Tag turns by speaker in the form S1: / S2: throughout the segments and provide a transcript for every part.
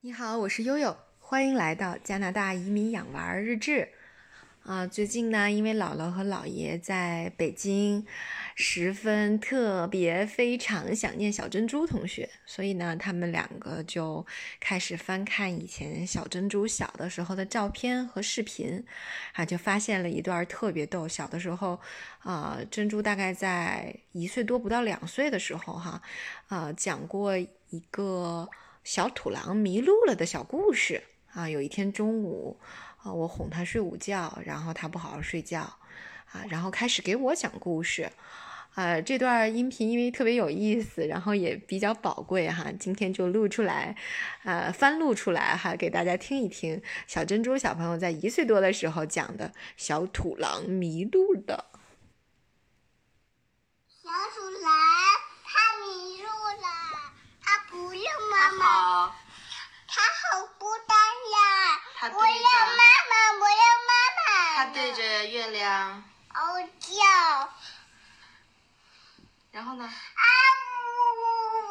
S1: 你好，我是悠悠，欢迎来到加拿大移民养娃儿日志。啊、最近呢，因为姥姥和姥爷在北京，十分特别非常想念小珍珠同学，所以呢，他们两个就开始翻看以前小珍珠小的时候的照片和视频，啊，就发现了一段特别逗。小的时候，啊、珍珠大概在一岁多不到两岁的时候，哈，啊，讲过一个小土狼迷路了的小故事啊。有一天中午，啊，我哄他睡午觉，然后他不好好睡觉，啊，然后开始给我讲故事。啊，这段音频因为特别有意思，然后也比较宝贵哈，今天就录出来，呃，翻录出来哈，给大家听一听小珍珠小朋友在一岁多的时候讲的小土狼迷路的
S2: 小鼠来，它迷路了，它不要妈
S3: 他
S2: 妈，
S3: 好，
S2: 它好孤单呀！
S3: 它对
S2: 我要
S3: 着
S2: 妈妈，我要妈妈。哦
S3: 他对着月亮，
S2: 嗷叫，
S3: 然后呢？
S2: 啊呜，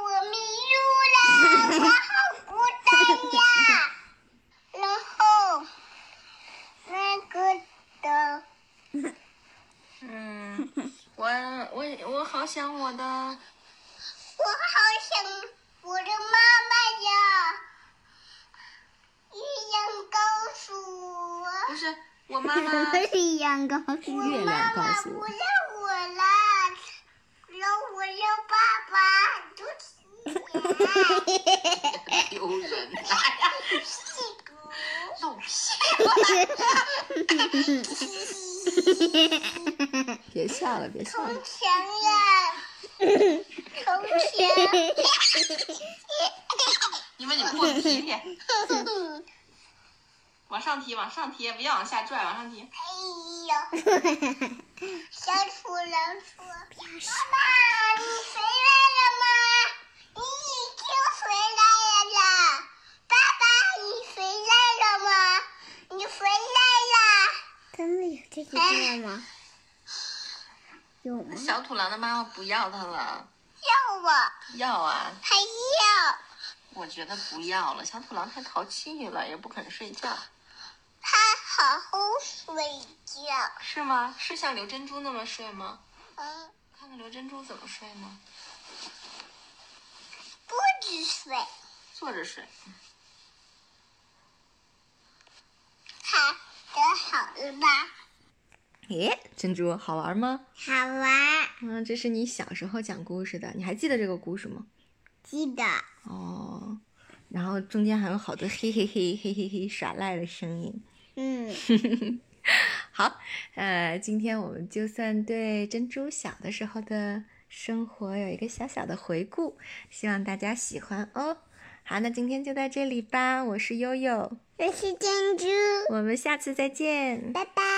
S2: 我迷路了，我好孤单呀！然后那个的
S3: 嗯，我我我好想我的，
S2: 我好想我的妈妈呀！月亮告诉我，
S3: 不是我妈妈，
S4: 是羊羔，
S1: 月亮告诉我
S2: 妈妈不。要我了，然后我要爸爸，就是你，
S3: 丢人！哎呀，
S2: 屁股。
S3: 露屁！
S1: 别笑了，别笑
S2: 从
S1: 了。
S2: 前呀，从前，
S3: 你们你破皮皮， 往上提，往上提，不要往下拽，往上提。
S2: 哎呦，小鼠狼说：“妈妈，你回来了吗？你已经回来了啦！爸爸，你回来了吗？你回来啦！”
S4: 真的有这个字吗？有吗？
S3: 小土狼的妈妈不要它了，
S2: 要我，
S3: 要啊，
S2: 还哎要
S3: 我觉得不要了。小土狼太淘气了，也不肯睡觉，
S2: 他好好睡觉。
S3: 是吗？是像刘珍珠那么睡吗？
S2: 嗯，
S3: 看看刘珍珠怎么睡呢？
S2: 不止睡，
S3: 坐着睡。
S2: 他的好了吧？
S1: 诶，珍珠好玩吗？
S4: 好啊玩，
S1: 嗯，这是你小时候讲故事的，你还记得这个故事吗？
S4: 记得
S1: 哦，然后中间还有好多嘿嘿嘿嘿嘿嘿耍赖的声音。
S4: 嗯，
S1: 好，呃，今天我们就算对珍珠小的时候的生活有一个小小的回顾，希望大家喜欢哦。好，那今天就到这里吧，我是悠悠，
S4: 我是珍珠，
S1: 我们下次再见，
S4: 拜拜。